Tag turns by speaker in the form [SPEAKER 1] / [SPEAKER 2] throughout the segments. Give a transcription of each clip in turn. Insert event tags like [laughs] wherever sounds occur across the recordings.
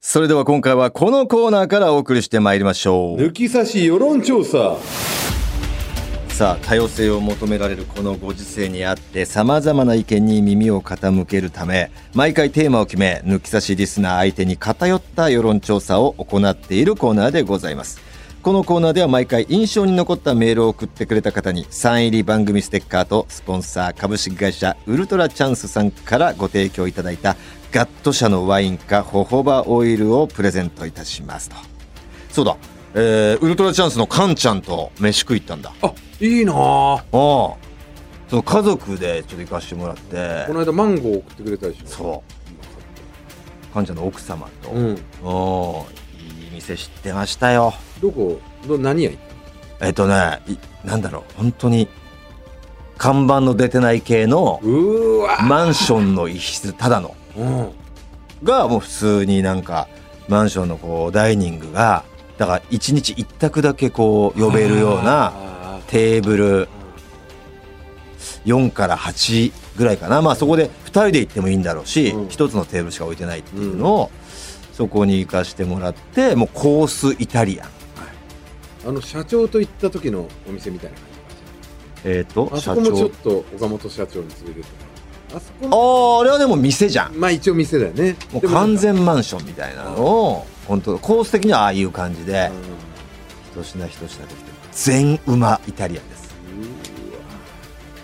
[SPEAKER 1] それでは今回はこのコーナーからお送りしてまいりましょう。
[SPEAKER 2] 抜き差し世論調査
[SPEAKER 1] さあ、多様性を求められるこのご時世にあって、様々な意見に耳を傾けるため、毎回テーマを決め、抜き差しリスナー相手に偏った世論調査を行っているコーナーでございます。このコーナーでは毎回印象に残ったメールを送ってくれた方に、サイン入り番組ステッカーと、スポンサー株式会社ウルトラチャンスさんからご提供いただいた、ガット社のワインかホホバオイルをプレゼントいたしますと。そうだ、えー、ウルトラチャンスのカンちゃんと飯食い行ったんだ。
[SPEAKER 3] あいいなあ
[SPEAKER 1] ああその家族でちょっと行かしてもらって
[SPEAKER 3] この間マンゴー送ってくれたでしょ
[SPEAKER 1] そうかんちゃんの奥様と、
[SPEAKER 3] うん
[SPEAKER 1] おーいい店知ってましたよ
[SPEAKER 3] どこど何屋行っ
[SPEAKER 1] えっとねいなんだろう本当に看板の出てない系の
[SPEAKER 3] たうーわ
[SPEAKER 1] マンションの一室ただの
[SPEAKER 3] うん
[SPEAKER 1] がもう普通になんかマンションのこうダイニングがだから一日一択だけこう呼べるような
[SPEAKER 3] あ
[SPEAKER 1] テーブル
[SPEAKER 3] ー
[SPEAKER 1] 4から8ぐらいかな、まあ、そこで2人で行ってもいいんだろうし、
[SPEAKER 3] うん
[SPEAKER 1] 1つのテーブルしか置いてないっていうのを、そこに行かしてもらってもうコースイタリアン
[SPEAKER 3] あの社長と行った時のお店みたいな感
[SPEAKER 1] えっ、と
[SPEAKER 3] じあ
[SPEAKER 1] 社
[SPEAKER 3] そこもちょっ
[SPEAKER 1] 長
[SPEAKER 3] と岡本社長に連れてってもらうあそこも
[SPEAKER 1] あーあれはでも店じゃん
[SPEAKER 3] まあ一応店だよね
[SPEAKER 1] もう
[SPEAKER 3] でなんか
[SPEAKER 1] 完全マンションみたいなのを本当コース的にはああいう感じで一品一品できて全うまイタリアンです
[SPEAKER 3] うんうわ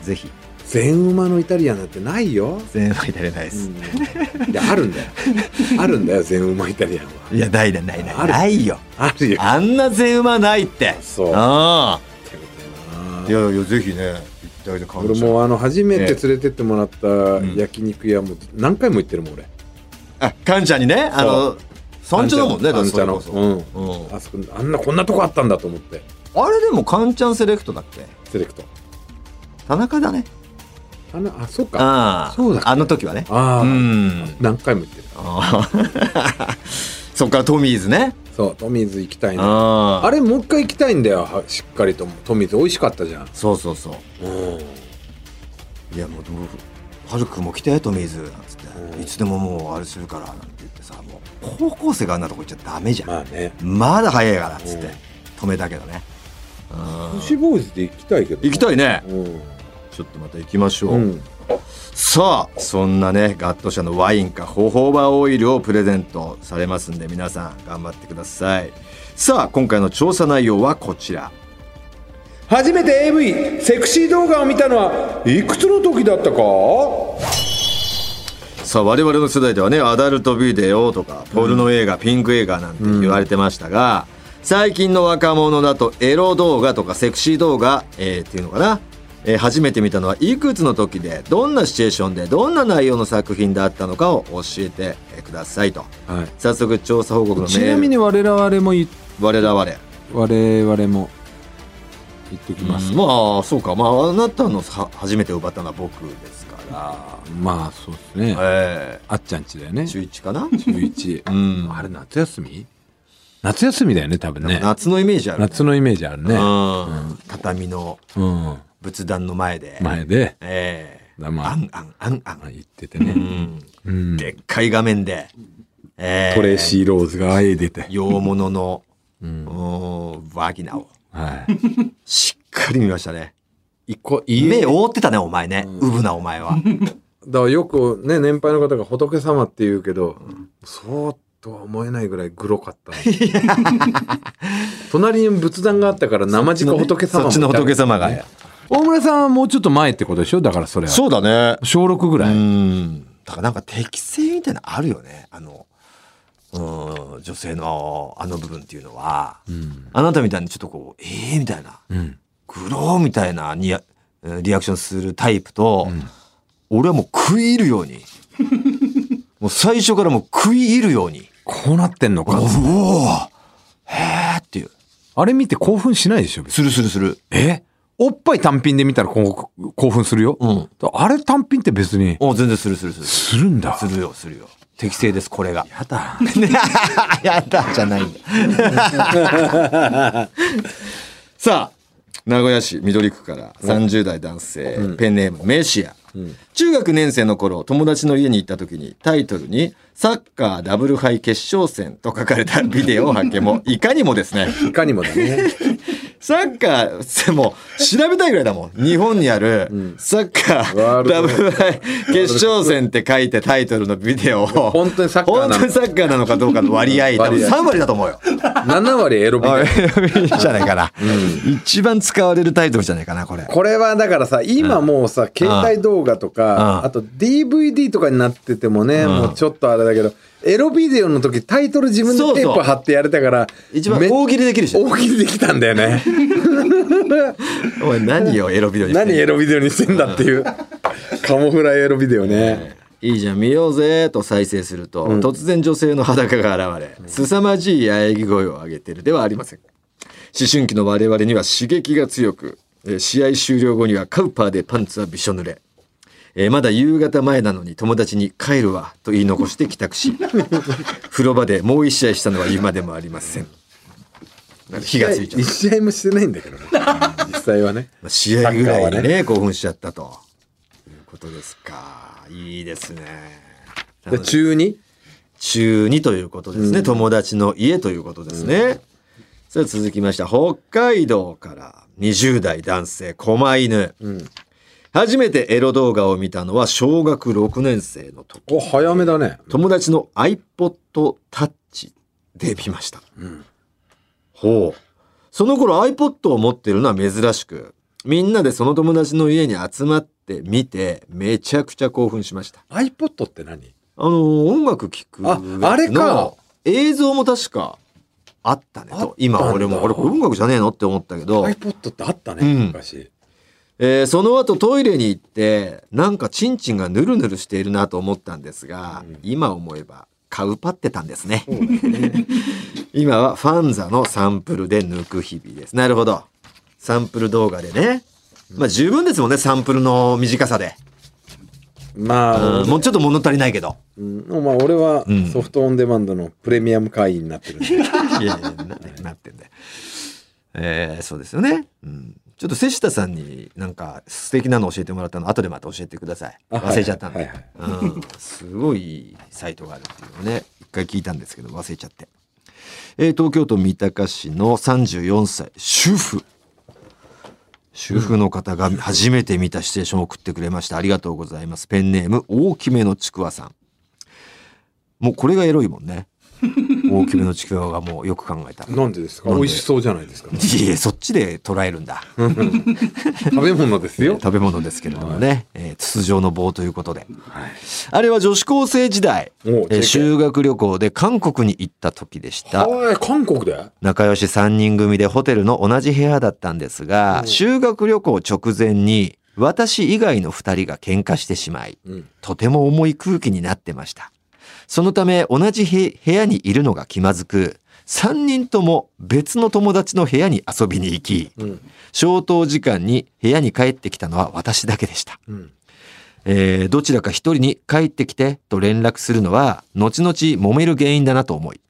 [SPEAKER 1] ぜひ
[SPEAKER 3] 全馬のイタリアンなんてないよ、
[SPEAKER 1] 全うまイタリアンないです、
[SPEAKER 3] うん、いやあるんだよあるんだよ全馬イタリアンはい
[SPEAKER 1] やないないないな
[SPEAKER 3] あ
[SPEAKER 1] い
[SPEAKER 3] る
[SPEAKER 1] ないよ
[SPEAKER 3] あるよ
[SPEAKER 1] あんな全うまないって
[SPEAKER 3] そう
[SPEAKER 1] あ
[SPEAKER 3] ってこと
[SPEAKER 1] あ
[SPEAKER 3] だ
[SPEAKER 1] い
[SPEAKER 3] な
[SPEAKER 1] やいやぜひね行ってあげて感
[SPEAKER 3] 俺
[SPEAKER 1] じ
[SPEAKER 3] もあの初めて連れてってもらった
[SPEAKER 1] ん
[SPEAKER 3] 焼肉屋もう何回も行ってるもん俺
[SPEAKER 1] あ、カンちゃんにね、あの、三茶だもんね、
[SPEAKER 3] カンちゃん
[SPEAKER 1] だってそれこそうん
[SPEAKER 3] あそこあんなこんなとこあったんだと思って
[SPEAKER 1] あれでもカンちゃんセレクトだっけ
[SPEAKER 3] セレクト
[SPEAKER 1] 田中だね。
[SPEAKER 3] あのあそうか
[SPEAKER 1] ああ、
[SPEAKER 3] そうだっけ
[SPEAKER 1] あの時はね。
[SPEAKER 3] ああ、
[SPEAKER 1] うん。
[SPEAKER 3] 何回も行ってる
[SPEAKER 1] ああ [laughs] そっからトミーズね。
[SPEAKER 3] そうトミーズ行きたいな
[SPEAKER 1] あ
[SPEAKER 3] あれもう一回行きたいんだよはしっかりとトミーズ美味しかったじゃん
[SPEAKER 1] そうそうそう。
[SPEAKER 3] うん
[SPEAKER 1] いやもうどうハルくんも来てトミーズなんつっ
[SPEAKER 3] う
[SPEAKER 1] て
[SPEAKER 3] ん
[SPEAKER 1] いつでももうあれするからなんて言ってさもう高校生があんなとこ行っちゃダメじゃん、
[SPEAKER 3] まあね
[SPEAKER 1] まだ早いからっつって
[SPEAKER 3] うん
[SPEAKER 1] 止めたけどねうん
[SPEAKER 3] 寿司ボーイズで行きたいけど
[SPEAKER 1] 行きたいね
[SPEAKER 3] うん
[SPEAKER 1] ちょっとまた行きましょう、
[SPEAKER 3] うん
[SPEAKER 1] さあそんなねガット社のワインかホホーバーオイルをプレゼントされますんで皆さん頑張ってくださいさあ今回の調査内容はこちら
[SPEAKER 3] 初めて AV セクシー動画を見たのはいくつの時だったか
[SPEAKER 1] さあ我々の世代ではねアダルトビデオとかポルノ映画、ピンク映画なんて言われてましたが、最近の若者だとエロ動画とかセクシー動画、えーっていうのかな、えー初めて見たのはいくつの時でどんなシチュエーションでどんな内容の作品だったのかを教えてくださいと
[SPEAKER 3] はい
[SPEAKER 1] 早速調査報告のメール
[SPEAKER 3] ちなみに我々も言
[SPEAKER 1] 我々は
[SPEAKER 3] 我々も言っとき
[SPEAKER 1] ま
[SPEAKER 3] ます、
[SPEAKER 1] あそうかまああなたのさ初めて奪ったのは僕ですから
[SPEAKER 3] まあそうですね、
[SPEAKER 1] え
[SPEAKER 3] あっちゃんちだよね
[SPEAKER 1] え中1かな、
[SPEAKER 3] 中一
[SPEAKER 1] [laughs] ん
[SPEAKER 3] あれ夏休み夏休みだよね多分ね
[SPEAKER 1] 夏のイメージある
[SPEAKER 3] 夏のイメージあるね
[SPEAKER 1] うん畳の
[SPEAKER 3] うん
[SPEAKER 1] 仏壇の前で
[SPEAKER 3] 前で
[SPEAKER 1] ええ
[SPEAKER 3] だまあ
[SPEAKER 1] あんあんあんあん、
[SPEAKER 3] 言っててね
[SPEAKER 1] うん、でっかい画面で、ええ
[SPEAKER 3] トレーシー・ローズがあえいでて
[SPEAKER 1] 洋物の、うん、ワギナを
[SPEAKER 3] はい
[SPEAKER 1] しっかり見ましたね
[SPEAKER 3] 一個
[SPEAKER 1] 目
[SPEAKER 3] 家
[SPEAKER 1] 覆ってたねお前ね、うぶなお前は
[SPEAKER 3] だからよくね年配の方が仏様って言うけど、そうとは思えないぐらいグロかった [laughs] 隣に仏壇があったから生地か仏様
[SPEAKER 1] そっちの仏様が、
[SPEAKER 3] 大村さんはもうちょっと前ってことでしょだからそれは
[SPEAKER 1] そうだね
[SPEAKER 3] 小6ぐらい、
[SPEAKER 1] うん。だからなんか適性みたいなのあるよね。あの、うん、女性のあの部分っていうのは、あなたみたいにちょっとこう、ええー、みたいな、グローみたいなにやリアクションするタイプと、俺はもう食い入るよう [laughs] に、もう最初からもう食い入るように、
[SPEAKER 3] こうなってんのか
[SPEAKER 1] おおへえっていう。
[SPEAKER 3] あれ見て興奮しないでしょ別に
[SPEAKER 1] するするする。
[SPEAKER 3] えおっぱい単品で見たらこう興奮するよ、
[SPEAKER 1] うん
[SPEAKER 3] あれ単品って別に
[SPEAKER 1] お全然するするする。
[SPEAKER 3] するんだ
[SPEAKER 1] するよ、するよ。適正です、これが。
[SPEAKER 3] やだ
[SPEAKER 1] [laughs] やったじゃないんだ。さあ、名古屋市緑区から30代男性、ペンネームメシア。
[SPEAKER 3] うん
[SPEAKER 1] 中学年生の頃、友達の家に行った時に、タイトルに、サッカーダブル杯決勝戦と書かれたビデオを発見も、いかにもですね、
[SPEAKER 3] いかにもだね。 [laughs]
[SPEAKER 1] サッカー、もう調べたいぐらいだもん。日本にある、サッカ
[SPEAKER 3] ワー
[SPEAKER 1] ー
[SPEAKER 3] ル
[SPEAKER 1] ダ
[SPEAKER 3] ドカ
[SPEAKER 1] ブ
[SPEAKER 3] ップ
[SPEAKER 1] ル杯決勝戦って書いてタイトルのビデオを、
[SPEAKER 3] 本当にサッカーな
[SPEAKER 1] 本
[SPEAKER 3] の
[SPEAKER 1] 当にサッカーなのかどうかの割合、多分
[SPEAKER 3] 割合
[SPEAKER 1] 3割だと思うよ。
[SPEAKER 3] 7割エロビ
[SPEAKER 1] あ
[SPEAKER 3] デ
[SPEAKER 1] いいんじゃないかな、一番使われるタイトルじゃないかな、これ
[SPEAKER 3] オ。。これはだからさ、今もうさ、携帯動画と
[SPEAKER 1] う
[SPEAKER 3] か、
[SPEAKER 1] ん
[SPEAKER 3] あと DVD とかになっててもね、もうちょっとあれだけど、エロビデオの時タイトル自分
[SPEAKER 1] そうそう
[SPEAKER 3] でテープ貼ってやれたから、
[SPEAKER 1] 一番
[SPEAKER 3] め
[SPEAKER 1] 大喜利できるし。
[SPEAKER 3] 大喜利できたんだ
[SPEAKER 1] [laughs]
[SPEAKER 3] よね。
[SPEAKER 1] おい、何をエロビデオにしてん
[SPEAKER 3] 何
[SPEAKER 1] の
[SPEAKER 3] エロビデオにしてんだっていう。カモフラエロビデオね。
[SPEAKER 1] いいじゃん見ようぜと再生すると、突然女性の裸が現れ凄まじい喘ぎ声を上げてるではありません思春期の我々には刺激が強くえー試合終了後にはカウパーでパンツはびしょ濡れえーまだ夕方前なのに友達に「帰るわ」と言い残して帰
[SPEAKER 3] [laughs]
[SPEAKER 1] 宅し風呂場でもう一試合したのは今でもありません火がついちゃう
[SPEAKER 3] 一試合もしてないん
[SPEAKER 1] [laughs]
[SPEAKER 3] だけどね。実際はね。
[SPEAKER 1] まあ試合ぐらい
[SPEAKER 3] サッカー
[SPEAKER 1] に
[SPEAKER 3] は
[SPEAKER 1] ね興奮しちゃったということですかいいですね
[SPEAKER 3] で中2
[SPEAKER 1] 中2ということですね、友達の家ということですね、さあ続きまして北海道から20代男性狛犬、初めてエロ動画を見たのは小学6年生の時
[SPEAKER 3] お、早めだね。
[SPEAKER 1] 友達の iPod タッチで見ました、ほうその頃 iPod を持ってるのは珍しくみんなでその友達の家に集まって見てめちゃくちゃ興奮しました
[SPEAKER 3] iPod って何
[SPEAKER 1] あの音楽聴く
[SPEAKER 3] ああれか
[SPEAKER 1] 映像も確かあったね
[SPEAKER 3] あった
[SPEAKER 1] と
[SPEAKER 3] んだ
[SPEAKER 1] 今俺も俺これ音楽じゃねえのって思ったけど、
[SPEAKER 3] iPod ってあったね、
[SPEAKER 1] うん
[SPEAKER 3] 昔。
[SPEAKER 1] えーその後トイレに行ってなんかチンチンがヌルヌルしているなと思ったんですが、今思えばカウパってたんですね今はファンザのサンプルで抜く日々ですなるほどサンプル動画でねまあ十分ですもんねサンプルの短さで、
[SPEAKER 3] まあ、
[SPEAKER 1] うんもうちょっと物足りないけど
[SPEAKER 3] うんまあ俺は
[SPEAKER 1] うん
[SPEAKER 3] ソフトオンデマンドのプレミアム会員になってるんで、
[SPEAKER 1] いやいや、ななってんだよ。えー、そうですよね。うん。ちょっと瀬下さんになんか素敵なの教えてもらったの、後でまた教えてください。
[SPEAKER 3] あ
[SPEAKER 1] 忘れちゃったんで。
[SPEAKER 3] はいはい
[SPEAKER 1] うん。すごいいいサイトがあるっていうのをね、一回聞いたんですけど、忘れちゃって。えー東京都三鷹市の34歳、主婦。主婦の方が初めて見たシチュエーションを送ってくれました。ありがとうございます。ペンネーム、大きめのちくわさん。もうこれがエロいもんね。大きめのちくわがもうよく考えた。
[SPEAKER 3] [laughs] なんでですか
[SPEAKER 1] なんで
[SPEAKER 3] 美味しそうじゃないですか
[SPEAKER 1] いえいえ、そっちで捉えるんだ。
[SPEAKER 3] 食べ物です [laughs] よ
[SPEAKER 1] 食べ物ですけれどもね、えー筒状の棒ということで。あれは女子高生時代、え
[SPEAKER 3] おう
[SPEAKER 1] ー
[SPEAKER 3] JK
[SPEAKER 1] 修学旅行で韓国に行った時でした。
[SPEAKER 3] ああ韓国で
[SPEAKER 1] 仲良し3人組でホテルの同じ部屋だったんですが、修学旅行直前に私以外の2人が喧嘩してしまい、
[SPEAKER 3] うん
[SPEAKER 1] とても重い空気になってました。そのため同じへ部屋にいるのが気まずく、3人とも別の友達の部屋に遊びに行き、
[SPEAKER 3] うん
[SPEAKER 1] 消灯時間に部屋に帰ってきたのは私だけでした。
[SPEAKER 3] うん
[SPEAKER 1] えーどちらか一人に帰ってきてと連絡するのは、後々揉める原因だなと思い、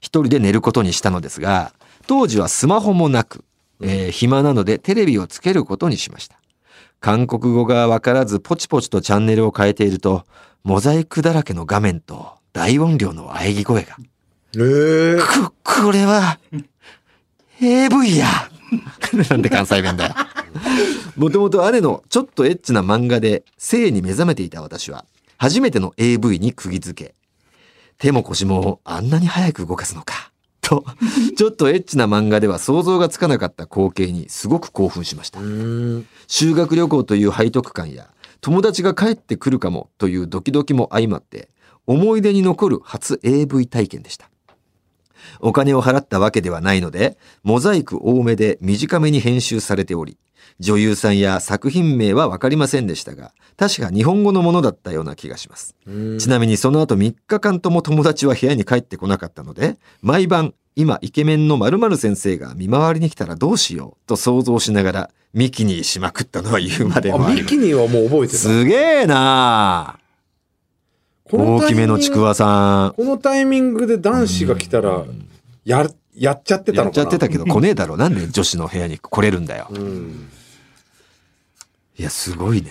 [SPEAKER 1] 一人で寝ることにしたのですが、当時はスマホもなく、えー暇なのでテレビをつけることにしました。韓国語がわからずポチポチとチャンネルを変えていると、モザイクだらけの画面と大音量の喘ぎ声が。
[SPEAKER 3] ええ
[SPEAKER 1] こ、これは、AV や。 [laughs] なんで関西弁だよ。もともと姉のちょっとエッチな漫画で性に目覚めていた私は、初めての AV に釘付け。手も腰もあんなに早く動かすのか。と、ちょっとエッチな漫画では想像がつかなかった光景にすごく興奮しました
[SPEAKER 3] う。ーん
[SPEAKER 1] 修学旅行という背徳感や友達が帰ってくるかもというドキドキも相まって思い出に残る初 AV 体験でしたお金を払ったわけではないのでモザイク多めで短めに編集されており女優さんや作品名は分かりませんでしたが確か日本語のものだったような気がします
[SPEAKER 3] うーん
[SPEAKER 1] ちなみにその後3日間とも友達は部屋に帰ってこなかったので、毎晩、今イケメンの〇〇先生が見回りに来たらどうしようと想像しながら、ミキにしまくったのは言うまでも
[SPEAKER 3] あ
[SPEAKER 1] あ
[SPEAKER 3] ミ
[SPEAKER 1] り。
[SPEAKER 3] キニーはもう覚えてた
[SPEAKER 1] すげえなあ
[SPEAKER 3] この
[SPEAKER 1] 大
[SPEAKER 3] タイ
[SPEAKER 1] き
[SPEAKER 3] ミ
[SPEAKER 1] め
[SPEAKER 3] ング
[SPEAKER 1] のちくわさん。
[SPEAKER 3] このタイミングで男子が来たらややっちゃってた
[SPEAKER 1] やっ
[SPEAKER 3] の
[SPEAKER 1] ちゃ
[SPEAKER 3] かな
[SPEAKER 1] ってたけど来ねえだろ。なんで女子の部屋に来れるんだよ。
[SPEAKER 3] うん
[SPEAKER 1] いや、すごいね。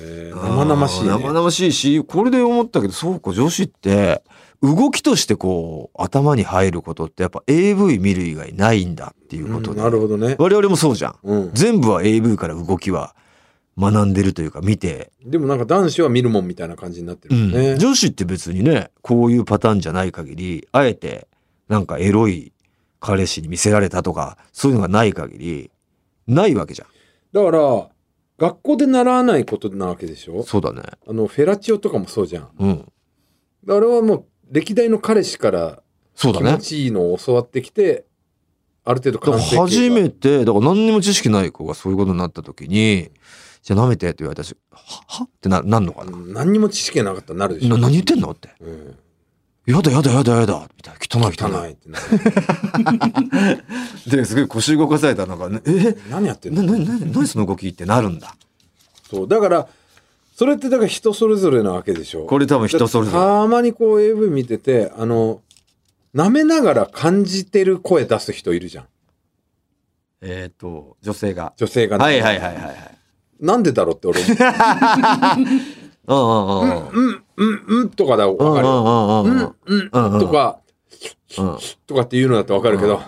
[SPEAKER 3] えー生々しい、ね。
[SPEAKER 1] あー生々しいし、これで思ったけど、そうか、女子って、動きとしてこう、頭に入ることってやっぱ AV 見る以外ないんだっていうこと
[SPEAKER 3] うん
[SPEAKER 1] で。
[SPEAKER 3] なるほどね。
[SPEAKER 1] 我々もそうじゃん。
[SPEAKER 3] うん。
[SPEAKER 1] 全部は AV から動きは学んでるというか、見て。
[SPEAKER 3] でもなんか男子は見るもんみたいな感じになってる
[SPEAKER 1] う
[SPEAKER 3] もん
[SPEAKER 1] ん
[SPEAKER 3] ね。
[SPEAKER 1] 女子って別にね、こういうパターンじゃない限り、あえて、なんかエロい彼氏に見せられたとか、そういうのがない限り、ないわけじゃん。
[SPEAKER 3] だから、学校で習わないことなわけでしょ
[SPEAKER 1] そうだね。
[SPEAKER 3] あの、フェラチオとかもそうじゃん。
[SPEAKER 1] うん。
[SPEAKER 3] あれはもう、歴代の彼氏から
[SPEAKER 1] そうだ
[SPEAKER 3] 気
[SPEAKER 1] ね
[SPEAKER 3] 持。ちいいのを教わってきて、ある程度
[SPEAKER 1] だか
[SPEAKER 3] 完
[SPEAKER 1] ら
[SPEAKER 3] 成形が
[SPEAKER 1] 初めて、だから何にも知識ない子がそういうことになった時に、じゃあ舐めてって言われたし、ははってななんのかな
[SPEAKER 3] うん何にも知識なかったらなるでしょ。
[SPEAKER 1] な何言ってんのって。
[SPEAKER 3] うん、
[SPEAKER 1] やだやだやだやだみたいな。汚い
[SPEAKER 3] 汚
[SPEAKER 1] 汚
[SPEAKER 3] いってなる。
[SPEAKER 1] い。で、すごい腰動かされたのが、ねえ
[SPEAKER 3] 何やってん
[SPEAKER 1] な、
[SPEAKER 3] の
[SPEAKER 1] な、な、何その動きってなるんだ。
[SPEAKER 3] そう。だから、それってだから人それぞれなわけでしょ。
[SPEAKER 1] これ多分人それぞれ。
[SPEAKER 3] たまにこう AV 見てて、あの、舐めながら感じてる声出す人いるじゃん。
[SPEAKER 1] えっと、女性が。
[SPEAKER 3] 女性がね、
[SPEAKER 1] はいはいはいはいはい。
[SPEAKER 3] なんでだろうって俺思う。
[SPEAKER 1] うんうんうん。
[SPEAKER 3] うん、うん、うんとかだわ
[SPEAKER 1] うん
[SPEAKER 3] かるよ。
[SPEAKER 1] うんうんうん。
[SPEAKER 3] うん、
[SPEAKER 1] うんうん
[SPEAKER 3] とか、
[SPEAKER 1] うん
[SPEAKER 3] とかって言うのだってわかるけど、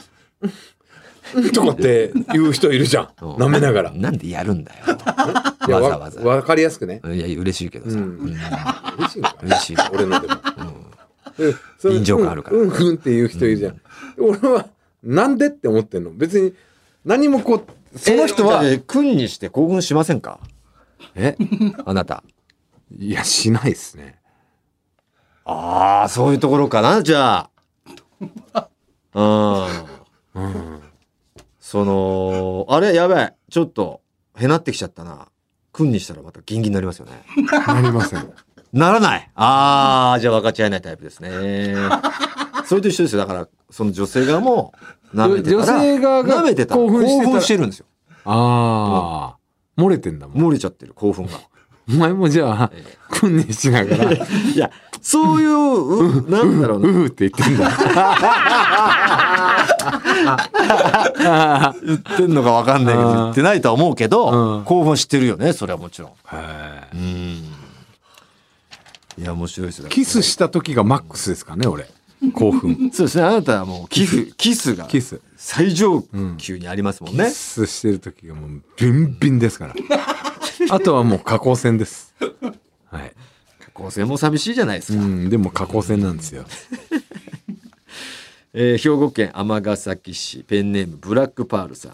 [SPEAKER 3] うん、とかって言う人いるじゃん。
[SPEAKER 1] うん
[SPEAKER 3] 舐めながら。
[SPEAKER 1] なんでやるんだよ。
[SPEAKER 3] いや
[SPEAKER 1] わざわざ。
[SPEAKER 3] わかりやすくね。
[SPEAKER 1] いや、嬉しいけど
[SPEAKER 3] う
[SPEAKER 1] さ。
[SPEAKER 3] ん。嬉しいのかな
[SPEAKER 1] 嬉しいけど。
[SPEAKER 3] 俺のでも。でそれ
[SPEAKER 1] 臨場感あるから
[SPEAKER 3] うん、うんうんっていう人いるじゃん。俺は、なんでって思ってんの。別に、何もこう、その人は、
[SPEAKER 1] え君にして興奮しませんかえあなた。
[SPEAKER 3] いや、しないですね。
[SPEAKER 1] ああ、そういうところかな、じゃあ。うん。
[SPEAKER 3] うん。
[SPEAKER 1] その、あれ、やべえ。ちょっと、へなってきちゃったな。君にしたらまたギンギンになりますよね。
[SPEAKER 3] なりません。
[SPEAKER 1] ならない。ああ、じゃあ分かち合えないタイプですね。それと一緒ですよ。だから、その女性側も、舐めてたら、
[SPEAKER 3] 女性側が
[SPEAKER 1] 舐めてたら
[SPEAKER 3] 興奮してたら
[SPEAKER 1] 興奮してるんですよ。
[SPEAKER 3] ああ、漏れてんだもん。
[SPEAKER 1] 漏れちゃってる、興
[SPEAKER 3] [laughs]
[SPEAKER 1] 奮が。
[SPEAKER 3] お前もじゃあ
[SPEAKER 1] え、
[SPEAKER 3] 訓練しなが [laughs] ら、う
[SPEAKER 1] いや、そういう、うなんだろうな。
[SPEAKER 3] ふって言ってんだ。
[SPEAKER 1] 言ってんのかわかんないけど
[SPEAKER 3] うん
[SPEAKER 1] 言ってないとは思うけど、
[SPEAKER 3] うん
[SPEAKER 1] 興奮してるよねそれはもちろん
[SPEAKER 3] はい
[SPEAKER 1] いや面白いですね
[SPEAKER 3] キスした時がマックスですかね、俺。興奮。
[SPEAKER 1] そうですねあなたはもうキスキスが
[SPEAKER 3] キス。
[SPEAKER 1] 最上級にありますもんね、
[SPEAKER 3] キスしてる時がもうビンビンですから。あとはもう下降線です。はい。
[SPEAKER 1] 構成も寂しいじゃないです
[SPEAKER 3] う
[SPEAKER 1] か、
[SPEAKER 3] ん、でも下降線なんですよ。
[SPEAKER 1] えー兵庫県尼崎市ペンネームブラックパールさん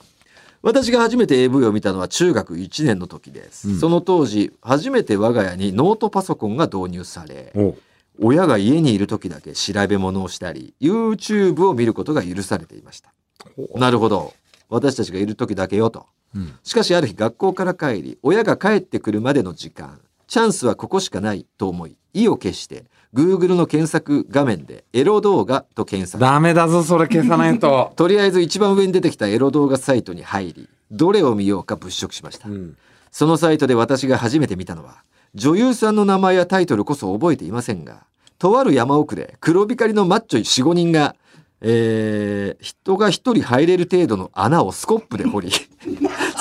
[SPEAKER 1] 私が初めて AV を見たのは中学1年の時です、
[SPEAKER 3] うん
[SPEAKER 1] その当時初めて我が家にノートパソコンが導入され
[SPEAKER 3] おう
[SPEAKER 1] 親が家にいる時だけ調べ物をしたり YouTube を見ることが許されていましたなるほど私たちがいる時だけよと
[SPEAKER 3] うん。
[SPEAKER 1] しかしある日学校から帰り親が帰ってくるまでの時間チャンスはここしかないと思い意を決して Google の検索画面でエロ動画と検索
[SPEAKER 3] ダメだぞ、それ消さないと。
[SPEAKER 1] とりあえず一番上に出てきたエロ動画サイトに入りどれを見ようか物色しました、
[SPEAKER 3] うん。
[SPEAKER 1] そのサイトで私が初めて見たのは、女優さんの名前やタイトルこそ覚えていませんが、とある山奥で黒光りのマッチョ4、5人が、えー人が一人入れる程度の穴をスコップで掘り、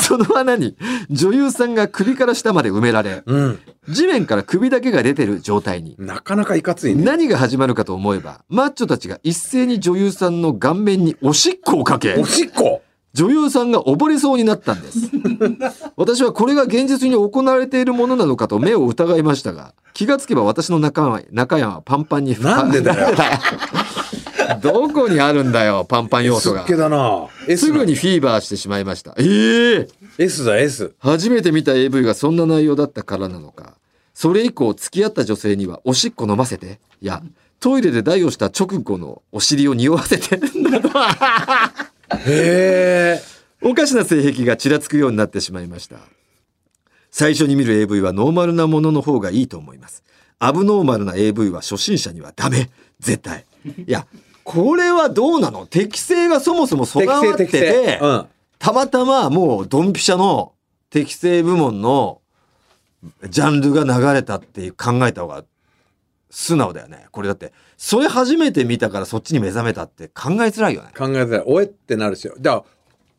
[SPEAKER 1] その穴に女優さんが首から下まで埋められ、
[SPEAKER 3] うん。
[SPEAKER 1] 地面から首だけが出てる状態に、
[SPEAKER 3] なかなかいかついね。
[SPEAKER 1] 何が始まるかと思えば、マッチョたちが一斉に女優さんの顔面におしっこをかけ、
[SPEAKER 3] おしっこ
[SPEAKER 1] 女優さんが溺れそうになったんです
[SPEAKER 3] [laughs]
[SPEAKER 1] 私はこれが現実に行われているものなのかと目を疑いましたが気がつけば私の中は中山はパンパンに
[SPEAKER 3] なんでだよ
[SPEAKER 1] [laughs] どこにあるんだよパンパン要素
[SPEAKER 3] す
[SPEAKER 1] が
[SPEAKER 3] っげだな。
[SPEAKER 1] す
[SPEAKER 3] S
[SPEAKER 1] ぐ
[SPEAKER 3] だ
[SPEAKER 1] にフィーバーしてしまいましたええ
[SPEAKER 3] S だ、S。
[SPEAKER 1] 初めて見た AV がそんな内容だったからなのかそれ以降付き合った女性にはおしっこ飲ませていやトイレで代をした直後のお尻を匂わせてなど
[SPEAKER 3] へえ。
[SPEAKER 1] おかしな性癖がちらつくようになってしまいました。最初に見る AV はノーマルなものの方がいいと思います。アブノーマルな AV は初心者にはダメ絶対。いや、これはどうなの適性がそもそも備
[SPEAKER 3] 適
[SPEAKER 1] わ
[SPEAKER 3] 正、
[SPEAKER 1] って
[SPEAKER 3] 適
[SPEAKER 1] て
[SPEAKER 3] 正。、うん。
[SPEAKER 1] たまたまもうドンピシャの適性部門のジャンルが流れたって考えた方が素直だよね。これだって、それ初めて見たからそっちに目覚めたって考えづらいよね。
[SPEAKER 3] 考えづらい。おえってなるし。だから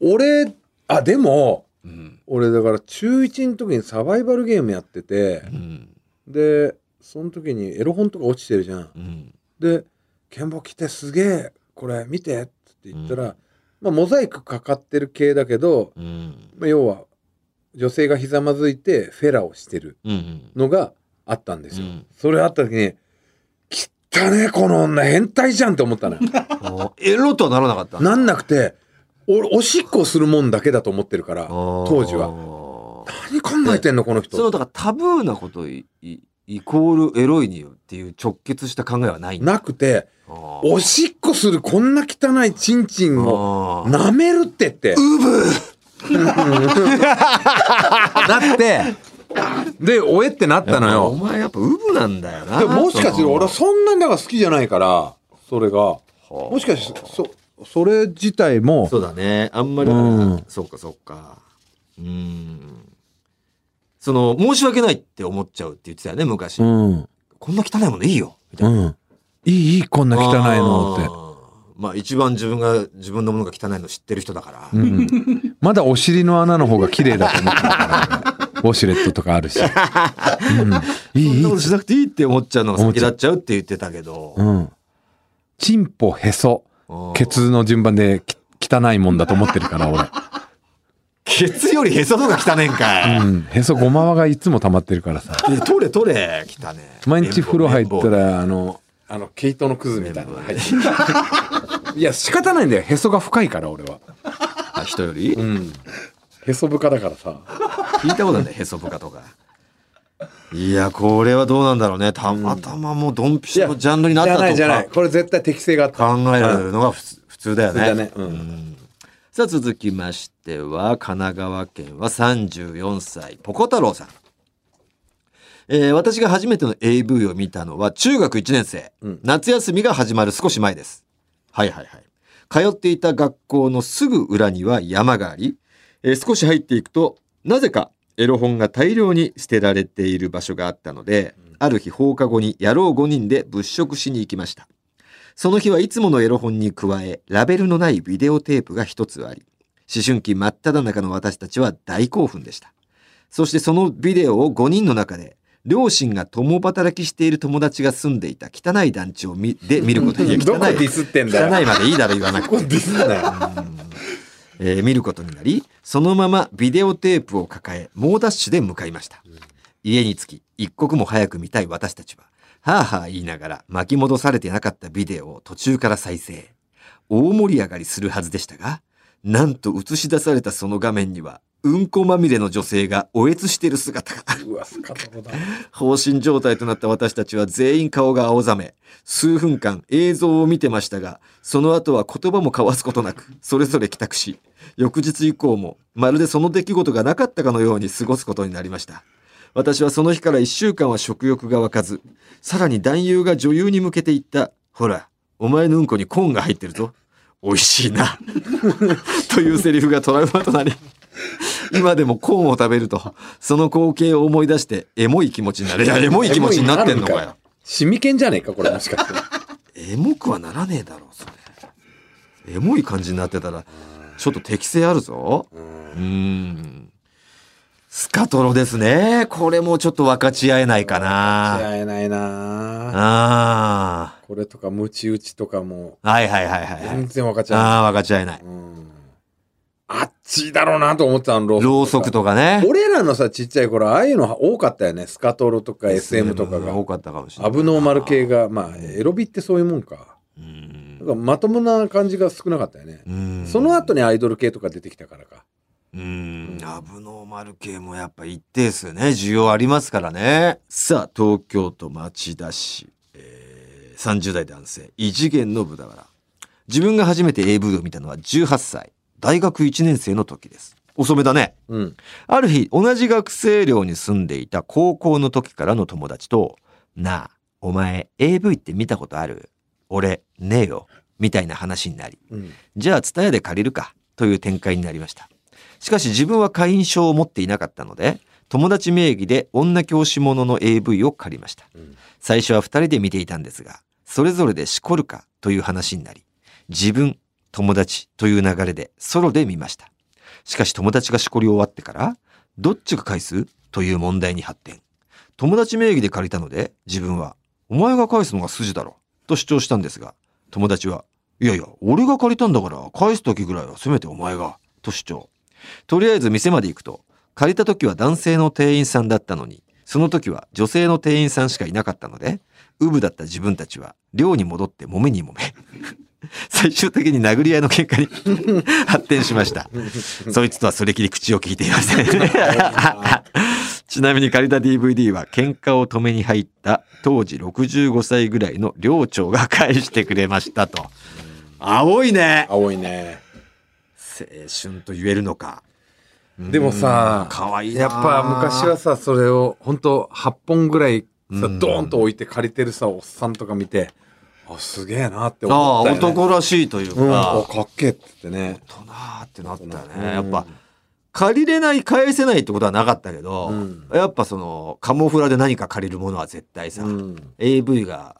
[SPEAKER 3] 俺、あ、でも、
[SPEAKER 1] うん
[SPEAKER 3] 俺だから中1の時にサバイバルゲームやってて
[SPEAKER 1] うん
[SPEAKER 3] でその時にエロ本とか落ちてるじゃん
[SPEAKER 1] うん
[SPEAKER 3] で「剣棒来てすげえこれ見て」って言ったら、まあ、モザイクかかってる系だけど、
[SPEAKER 1] うん
[SPEAKER 3] まあ、要は女性がひざまずいてフェラをしてる
[SPEAKER 1] うん
[SPEAKER 3] のがあったんですよ、
[SPEAKER 1] うん
[SPEAKER 3] それあった時に「きったねこの女変態じゃん」って思ったのよ
[SPEAKER 1] あエロとはならなかった
[SPEAKER 3] なんなくておおしっこするもんだけだと思ってるから
[SPEAKER 1] 当
[SPEAKER 3] 時は
[SPEAKER 1] は
[SPEAKER 3] 何考えてんのこの人
[SPEAKER 1] そのだからタブーなことをイイイコールエロいによっていう直結した考えはないんだ
[SPEAKER 3] なくて
[SPEAKER 1] あー
[SPEAKER 3] おしっこするこんな汚いチンチンを
[SPEAKER 1] あー
[SPEAKER 3] 舐めるってって
[SPEAKER 1] う
[SPEAKER 3] [laughs]
[SPEAKER 1] ぶ
[SPEAKER 3] なってでおえってなったの
[SPEAKER 1] お
[SPEAKER 3] よ
[SPEAKER 1] 前やっぱウブなんだよな
[SPEAKER 3] で [laughs] ももしかして俺はそんなにだから好きじゃないからそれが
[SPEAKER 1] はあ
[SPEAKER 3] もしかしてそそれ自体も
[SPEAKER 1] そうだねあんまりだから、
[SPEAKER 3] うん
[SPEAKER 1] そうかそうかうんその申し訳ないって思っちゃうって言ってたよね昔、
[SPEAKER 3] うん
[SPEAKER 1] こんな汚いものいいよみた
[SPEAKER 3] う
[SPEAKER 1] いな、
[SPEAKER 3] んいいいいこんな汚いのって
[SPEAKER 1] ってまあ一番自分が自分のものが汚いの知ってる人だから、
[SPEAKER 3] うんまだお尻の穴の方が綺麗だと思ってたから俺ウォシュレットとかあるし、うん、い
[SPEAKER 1] そん
[SPEAKER 3] いいい
[SPEAKER 1] なことしなくていいって思っちゃうのが先立っちゃうって言ってたけど、
[SPEAKER 3] うんチンポへそ
[SPEAKER 1] うん
[SPEAKER 3] ケツの順番でき汚いもんだと思ってるから俺
[SPEAKER 1] ケツよりへその方が汚ねんかい、
[SPEAKER 3] うん、へそごまわがいつも溜まってるからさ
[SPEAKER 1] で取れ取れ汚ねえ
[SPEAKER 3] 毎日風呂入った
[SPEAKER 1] 綿棒
[SPEAKER 3] らあのあの毛糸のクズみたいなのが入ってるいや仕方ないんだよへそが深いから俺は
[SPEAKER 1] あ人より、
[SPEAKER 3] うんへそ深だからさ
[SPEAKER 1] 聞いたことないへそぶかとか。いや、これはどうなんだろうね。たまたまもうドンピシャのジャンルになったとか
[SPEAKER 3] これ絶対適性があっ
[SPEAKER 1] 考えられるのが普通普通だよね
[SPEAKER 3] 普通だねうん
[SPEAKER 1] んさあ、続きましては、神奈川県は34歳、ポコ太郎さん。えー私が初めての AV を見たのは中学1年生、
[SPEAKER 3] うん
[SPEAKER 1] 夏休みが始まる少し前です。はいはいはい。通っていた学校のすぐ裏には山があり、えー少し入っていくと、なぜかエロ本が大量に捨てられている場所があったので、ある日放課後に野郎5人で物色しに行きました。その日はいつものエロ本に加え、ラベルのないビデオテープが一つあり、思春期真っ只中の私たちは大興奮でした。そしてそのビデオを5人の中で、両親が共働きしている友達が住んでいた汚い団地を見で見ることに
[SPEAKER 3] [laughs] どこ
[SPEAKER 1] 汚
[SPEAKER 3] ディ
[SPEAKER 1] い
[SPEAKER 3] スってんだよ
[SPEAKER 1] 汚いまでいいだろ言わなく
[SPEAKER 3] ここ
[SPEAKER 1] て、
[SPEAKER 3] ディスんだよ
[SPEAKER 1] えー見ることになり、そのままビデオテープを抱え、猛ダッシュで向かいました。家に着き、一刻も早く見たい私たちは、はあはあ言いながら巻き戻されてなかったビデオを途中から再生。大盛り上がりするはずでしたが、なんと映し出されたその画面には、うんこまみれの女性がおえつしている姿が。
[SPEAKER 3] うわスカトロだ
[SPEAKER 1] 放心状態となった私たちは全員顔が青ざめ、数分間映像を見てましたが、その後は言葉も交わすことなく、それぞれ帰宅し、翌日以降もまるでその出来事がなかったかのように過ごすことになりました。私はその日から一週間は食欲が湧かず、さらに男優が女優に向けて言った、ほら、お前のうんこにコーンが入ってるぞ。美味しいな。 [laughs] というセリフがトラウマとなり、今でもコーンを食べると、その光景を思い出して、エモい気持ちになれ。いやエモい気持ちになってんのかよ。
[SPEAKER 3] シミケンじゃねえかこれもしかして
[SPEAKER 1] エモくはならねえだろう、それ。エモい感じになってたら、ちょっと適性あるぞ。うーん。スカトロですね。これもちょっと分かち合えないかな。
[SPEAKER 3] やえないな
[SPEAKER 1] あ
[SPEAKER 3] これとかムチ打ちとかも
[SPEAKER 1] あ。はいはいはいはいはい。
[SPEAKER 3] 全然分かっちゃう
[SPEAKER 1] ああ、分かち合えない。
[SPEAKER 3] うんあっちだろうなと思ってたのろ
[SPEAKER 1] ろうそくとかね。
[SPEAKER 3] 俺らのさちっちゃい頃ああいうの多かったよねスカトロとか SM とかが
[SPEAKER 1] 多かったかもしれな
[SPEAKER 3] ア
[SPEAKER 1] い。
[SPEAKER 3] ブノーマル系がまあエロビってそういうもんか
[SPEAKER 1] う
[SPEAKER 3] だ
[SPEAKER 1] ん。
[SPEAKER 3] からまともな感じが少なかったよね
[SPEAKER 1] うん。
[SPEAKER 3] その後にアイドル系とか出てきたからか
[SPEAKER 1] うん、アブノーマル系もやっぱ一定数ね、需要ありますからね。さあ、東京都町田市、えー、30代男性、異次元の豚バラ。自分が初めて AV を見たのは18歳、大学1年生の時です。遅めだね。
[SPEAKER 3] うん
[SPEAKER 1] ある日、同じ学生寮に住んでいた高校の時からの友達と、なあ、お前 AV って見たことある俺、ねえよ。みたいな話になり、
[SPEAKER 3] うん
[SPEAKER 1] じゃあ、ツタヤで借りるか、という展開になりました。しかし自分は会員証を持っていなかったので、友達名義で女教師ものの AV を借りました。
[SPEAKER 3] うん
[SPEAKER 1] 最初は二人で見ていたんですが、それぞれでしこるかという話になり、自分、友達という流れでソロで見ました。しかし友達がしこり終わってから、どっちが返すという問題に発展。友達名義で借りたので、自分は、お前が返すのが筋だろ、と主張したんですが、友達は、いやいや、俺が借りたんだから、返す時ぐらいはせめてお前が、と主張。とりあえず店まで行くと、借りた時は男性の店員さんだったのに、その時は女性の店員さんしかいなかったので、ウブだった自分たちは、寮に戻って揉めに揉め。 [laughs] 最終的に殴り合いの喧嘩に [laughs] 発展しました。そいつとはそれきり口を聞いていません。 [laughs] ちなみに借りた DVD は喧嘩を止めに入った当時65歳ぐらいの寮長が返してくれましたと。青いね
[SPEAKER 3] 青いね
[SPEAKER 1] 青春と言えるのか。
[SPEAKER 3] でもさ
[SPEAKER 1] うん可愛いな
[SPEAKER 3] やっぱ昔はさそれを本当8本ぐらいさ
[SPEAKER 1] うん
[SPEAKER 3] ドーンと置いて借りてるさおっさんとか見てあすげえなって
[SPEAKER 1] ああ
[SPEAKER 3] 思ったよ、ね、
[SPEAKER 1] 男らしいという
[SPEAKER 3] うん
[SPEAKER 1] か、
[SPEAKER 3] あかっけえって言ってね
[SPEAKER 1] 大人ってなった
[SPEAKER 3] うん
[SPEAKER 1] ね。やっぱ借りれない返せないってことはなかったけど、
[SPEAKER 3] うん
[SPEAKER 1] やっぱそのカモフラで何か借りるものは絶対さ、
[SPEAKER 3] うん
[SPEAKER 1] AV が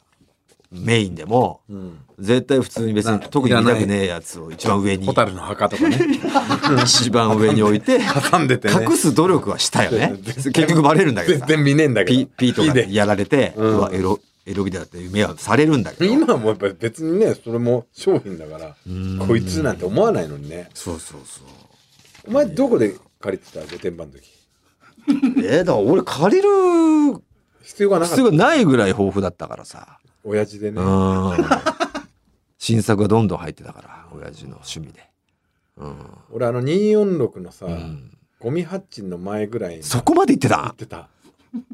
[SPEAKER 1] メインでも
[SPEAKER 3] うん
[SPEAKER 1] 絶対普通に別に
[SPEAKER 3] な
[SPEAKER 1] 特に見たくねえやつを一番上に
[SPEAKER 3] 蛍の墓と
[SPEAKER 1] [laughs]
[SPEAKER 3] かね
[SPEAKER 1] 一番上に置い
[SPEAKER 3] [laughs]
[SPEAKER 1] て
[SPEAKER 3] 挟んでてね
[SPEAKER 1] 隠す努力はしたよ
[SPEAKER 3] [laughs]
[SPEAKER 1] ね結局バレるんだけど
[SPEAKER 3] 全
[SPEAKER 1] さ
[SPEAKER 3] 然見ねえんだけど
[SPEAKER 1] P, P とか
[SPEAKER 3] で
[SPEAKER 1] でやられて、う
[SPEAKER 3] うん
[SPEAKER 1] わエロエロビデオだって夢はされるんだけど
[SPEAKER 3] 今はもうやっぱり別にねそれも商品だから
[SPEAKER 1] うん
[SPEAKER 3] こいつなんて思わないのにね
[SPEAKER 1] そうそうそう
[SPEAKER 3] お前どこで借りてた御殿場の時
[SPEAKER 1] えー、だから俺借りる
[SPEAKER 3] 必要がなかっ
[SPEAKER 1] 必
[SPEAKER 3] た
[SPEAKER 1] 要がないぐらい豊富だったからさ
[SPEAKER 3] 親父でね
[SPEAKER 1] うん新作がどんどん入ってたから親父の趣味でうん、
[SPEAKER 3] 俺あの246のさ、
[SPEAKER 1] うん、
[SPEAKER 3] ゴミハッチンの前ぐらいに
[SPEAKER 1] そこまで行って
[SPEAKER 3] 行ったてた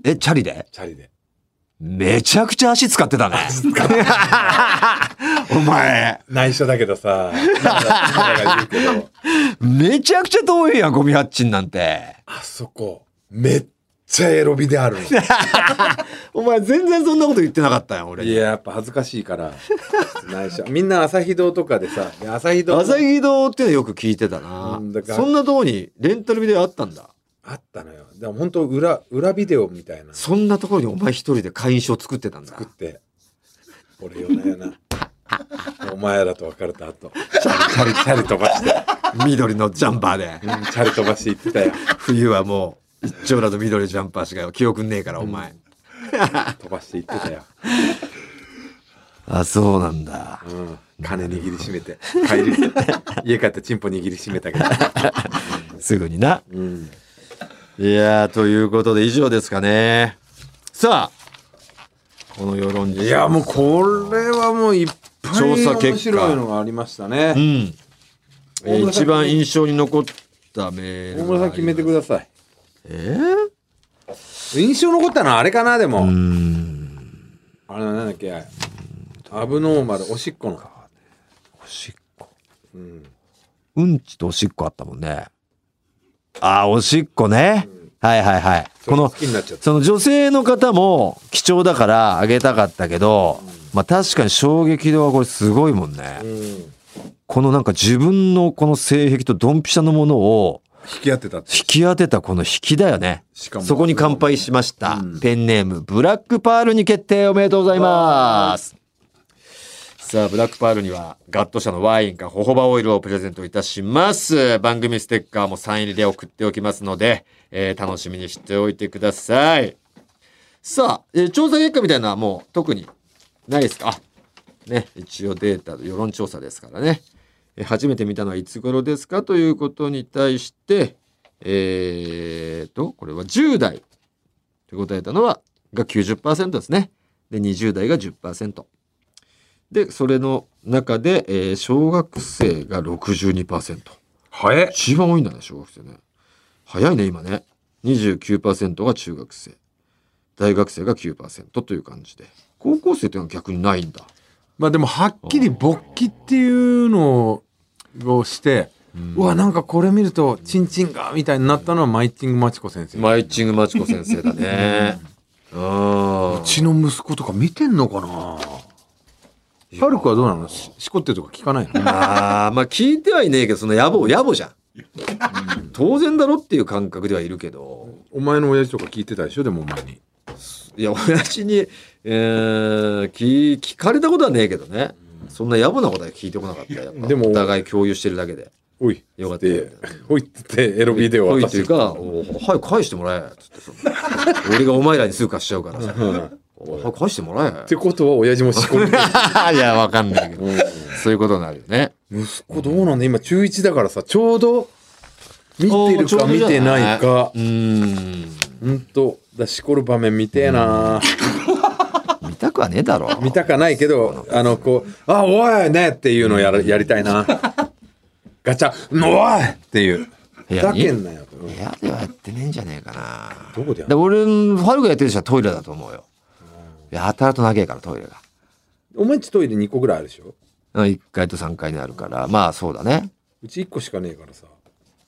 [SPEAKER 1] えチャリで
[SPEAKER 3] チャリで
[SPEAKER 1] めちゃくちゃ足使ってたね [laughs] お前
[SPEAKER 3] 内緒だけどさだから今だから言う
[SPEAKER 1] [laughs]
[SPEAKER 3] けど
[SPEAKER 1] めちゃくちゃ遠いやん、ゴミハッチンなんて。
[SPEAKER 3] あそこめっちゃエロビであるのい
[SPEAKER 1] [laughs] お前全然そんなこと言ってなかったやん、俺。
[SPEAKER 3] ややっぱ恥ずかしいから内緒みんな朝日堂とかでさいや朝日堂
[SPEAKER 1] 朝日堂っていうのよく聞いてたな
[SPEAKER 3] うんだ。から
[SPEAKER 1] そんなとこにレンタルビデオあったんだ。
[SPEAKER 3] あったのよでも本当裏裏ビデオみたいなの
[SPEAKER 1] そんなところにお前一人で会員証作ってたんだ
[SPEAKER 3] 作っ。て俺夜な夜なお前らと別れた後
[SPEAKER 1] チャリチャリ飛ばして。緑のジャンパーで。
[SPEAKER 3] うんチャリ飛ばして行ってたよ
[SPEAKER 1] 冬はもう、一丁羅の緑のジャンパーしか記憶ねえから、お前。
[SPEAKER 3] 飛ばして行ってたよ、
[SPEAKER 1] あ、そうなんだ。
[SPEAKER 3] うん、金握りしめて帰り [laughs] 家帰ってチンポ握りしめたけど、
[SPEAKER 1] すぐにな。
[SPEAKER 3] うん、
[SPEAKER 1] いやー、ということで以上ですかね。さあ、この世論
[SPEAKER 3] いやもうこれはもういっぱい
[SPEAKER 1] 調査結果
[SPEAKER 3] 面白いのがありました
[SPEAKER 1] う
[SPEAKER 3] ね
[SPEAKER 1] ん。えー
[SPEAKER 3] 大村さん
[SPEAKER 1] 一番印象に残ったメール
[SPEAKER 3] 大村さん決めてく
[SPEAKER 1] さい。
[SPEAKER 3] ださい
[SPEAKER 1] え
[SPEAKER 3] 印象残ったのはあれかなでも、
[SPEAKER 1] ー、うーん。
[SPEAKER 3] あれなんだっけアブノーマルおしっこの、
[SPEAKER 1] おしっこ。
[SPEAKER 3] うん、
[SPEAKER 1] うんちとおしっこあったもんね。あー、おしっこね。はいはいはい。この
[SPEAKER 3] 好、きになっちゃった
[SPEAKER 1] その女性の方も貴重だからあげたかったけど、まあ確かに衝撃度はこれすごいもんね。
[SPEAKER 3] うん引
[SPEAKER 1] このなんか自分のこの性癖とドンピシャのものを
[SPEAKER 3] き合ってたって
[SPEAKER 1] 引き当てたこの引きだよね。
[SPEAKER 3] しかも
[SPEAKER 1] そこに乾杯しました、
[SPEAKER 3] うん
[SPEAKER 1] ペンネームブラックパールに決定おめでとうございますさあブラックパールにはガット社のワインかホホバオイルをプレゼントいたします番組ステッカーもサイン入りで送っておきますので、えー楽しみにしておいてくださいさあ、えー調査結果みたいなのはもう特にないですかあね一応データ世論調査ですからねえー初めて見たのはいつ頃ですかということに対してえー、とこれは10代と答えたのはが90%ですねで20代が10%でそれの中で、えー小学生が62%
[SPEAKER 3] 早え
[SPEAKER 1] 一番多いんだね小学生ね早いね今ね29%が中学生大学生が9%という感じで高校生というのは逆にないんだ
[SPEAKER 3] まあでもはっきり勃起っていうのをして、うわなんかこれ見るとチンチンがみたいになったのはマイチングマチコ先生、
[SPEAKER 1] マイチングマチコ先生だね [laughs] うん
[SPEAKER 3] うちの息子とか見てんのかなはるくはどうなのししこってるとか聞かないの
[SPEAKER 1] あーまあ聞いてはいねえけどその野暮野暮じゃん当然だろっていう感覚ではいるけど
[SPEAKER 3] [laughs] お前の親父とか聞いてたでしょでもお前に
[SPEAKER 1] いや親父に、えー聞聞かれたことはねえけどねそんな野暮なことは聞いてこなかったやっぱ
[SPEAKER 3] でも
[SPEAKER 1] お互い共有してるだけで
[SPEAKER 3] おい
[SPEAKER 1] よかった
[SPEAKER 3] で [laughs] おいって言ってエロビデオ
[SPEAKER 1] おい
[SPEAKER 3] 渡
[SPEAKER 1] とい
[SPEAKER 3] す
[SPEAKER 1] うか、お早く返してもらえっつってそ
[SPEAKER 3] [laughs]
[SPEAKER 1] の俺がお前らにすぐ貸しちゃうからさ。お早く返してもら
[SPEAKER 3] っ
[SPEAKER 1] え
[SPEAKER 3] て。ことは親父も仕込んで
[SPEAKER 1] [laughs] いや、わかんないけど。そういうことになるよね。
[SPEAKER 3] [laughs] 息子どうなんだ今中1だからさちょうど見て
[SPEAKER 1] おーちょ
[SPEAKER 3] る
[SPEAKER 1] う
[SPEAKER 3] か
[SPEAKER 1] ど
[SPEAKER 3] 見
[SPEAKER 1] じゃない
[SPEAKER 3] てないか
[SPEAKER 1] うーん。
[SPEAKER 3] ほんとだしこる場面見てえな
[SPEAKER 1] 見たくはねえだろ。
[SPEAKER 3] 見たかないけどあのこう「あおいね」っていうのやらやりたい [laughs] なガチャ「おい!」っていうふ
[SPEAKER 1] 部
[SPEAKER 3] ざ
[SPEAKER 1] 屋に
[SPEAKER 3] けんなよ
[SPEAKER 1] 部屋ではやってねえんじゃねえかな。
[SPEAKER 3] どこでやん
[SPEAKER 1] で俺、ファルがやってる人はトイレだと思うよ。やたらと長えから、トイレが。
[SPEAKER 3] お前んちトイレ2個ぐらいあるでしょ
[SPEAKER 1] 1階と3階にあるから、まあそうだね。
[SPEAKER 3] うち1個しかねえからさ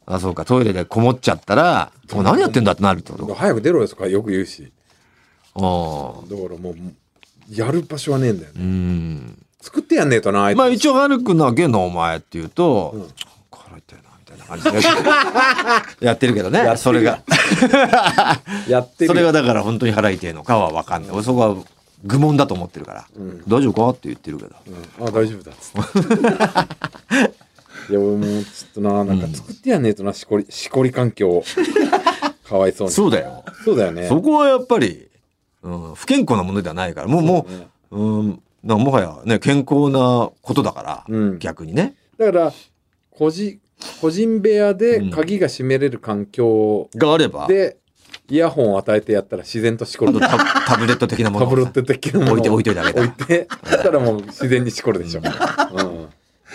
[SPEAKER 1] あ、そうか、トイレでこもっちゃったら、お何やってんだってなるってこと
[SPEAKER 3] 早く出ろよとかよく言うし
[SPEAKER 1] ああ
[SPEAKER 3] だからもうやる場所はねえんだよね
[SPEAKER 1] うーん。
[SPEAKER 3] 作ってやんねえとなあいつ
[SPEAKER 1] まあ一応、ハルくんな、ゲンのお前って言うと、うん、腹痛いな、みたいな感じで。やってるけど
[SPEAKER 3] やってる
[SPEAKER 1] ね、
[SPEAKER 3] よ
[SPEAKER 1] それが。
[SPEAKER 3] やって
[SPEAKER 1] そ
[SPEAKER 3] る
[SPEAKER 1] れ
[SPEAKER 3] よ
[SPEAKER 1] がだから本当に腹痛いのかは分かんない。俺そこは愚問だと思ってるから。大丈夫かって言ってるけど。
[SPEAKER 3] うんあ大丈夫だっつって [laughs] いや俺もうちょっとななんか作ってやんねえとなしこりしこり環境をかわいそうに
[SPEAKER 1] そうだよ。
[SPEAKER 3] そうだよね
[SPEAKER 1] そこはやっぱり、うん、不健康なものではないから、もう、もう、うん、なんかもはやね、健康なことだから、
[SPEAKER 3] うん
[SPEAKER 1] 逆にね。
[SPEAKER 3] だから個人個人部屋で鍵が閉めれる環境
[SPEAKER 1] があれば、
[SPEAKER 3] でイヤホンを与えてやったら自然としこ
[SPEAKER 1] あ
[SPEAKER 3] る
[SPEAKER 1] とタブタブレット的なも
[SPEAKER 3] か
[SPEAKER 1] のを
[SPEAKER 3] ぶ
[SPEAKER 1] さ
[SPEAKER 3] るって的なものを
[SPEAKER 1] 置いて置いといてあげた
[SPEAKER 3] 置いてそしたらもう自然にしこるでしょ、うん、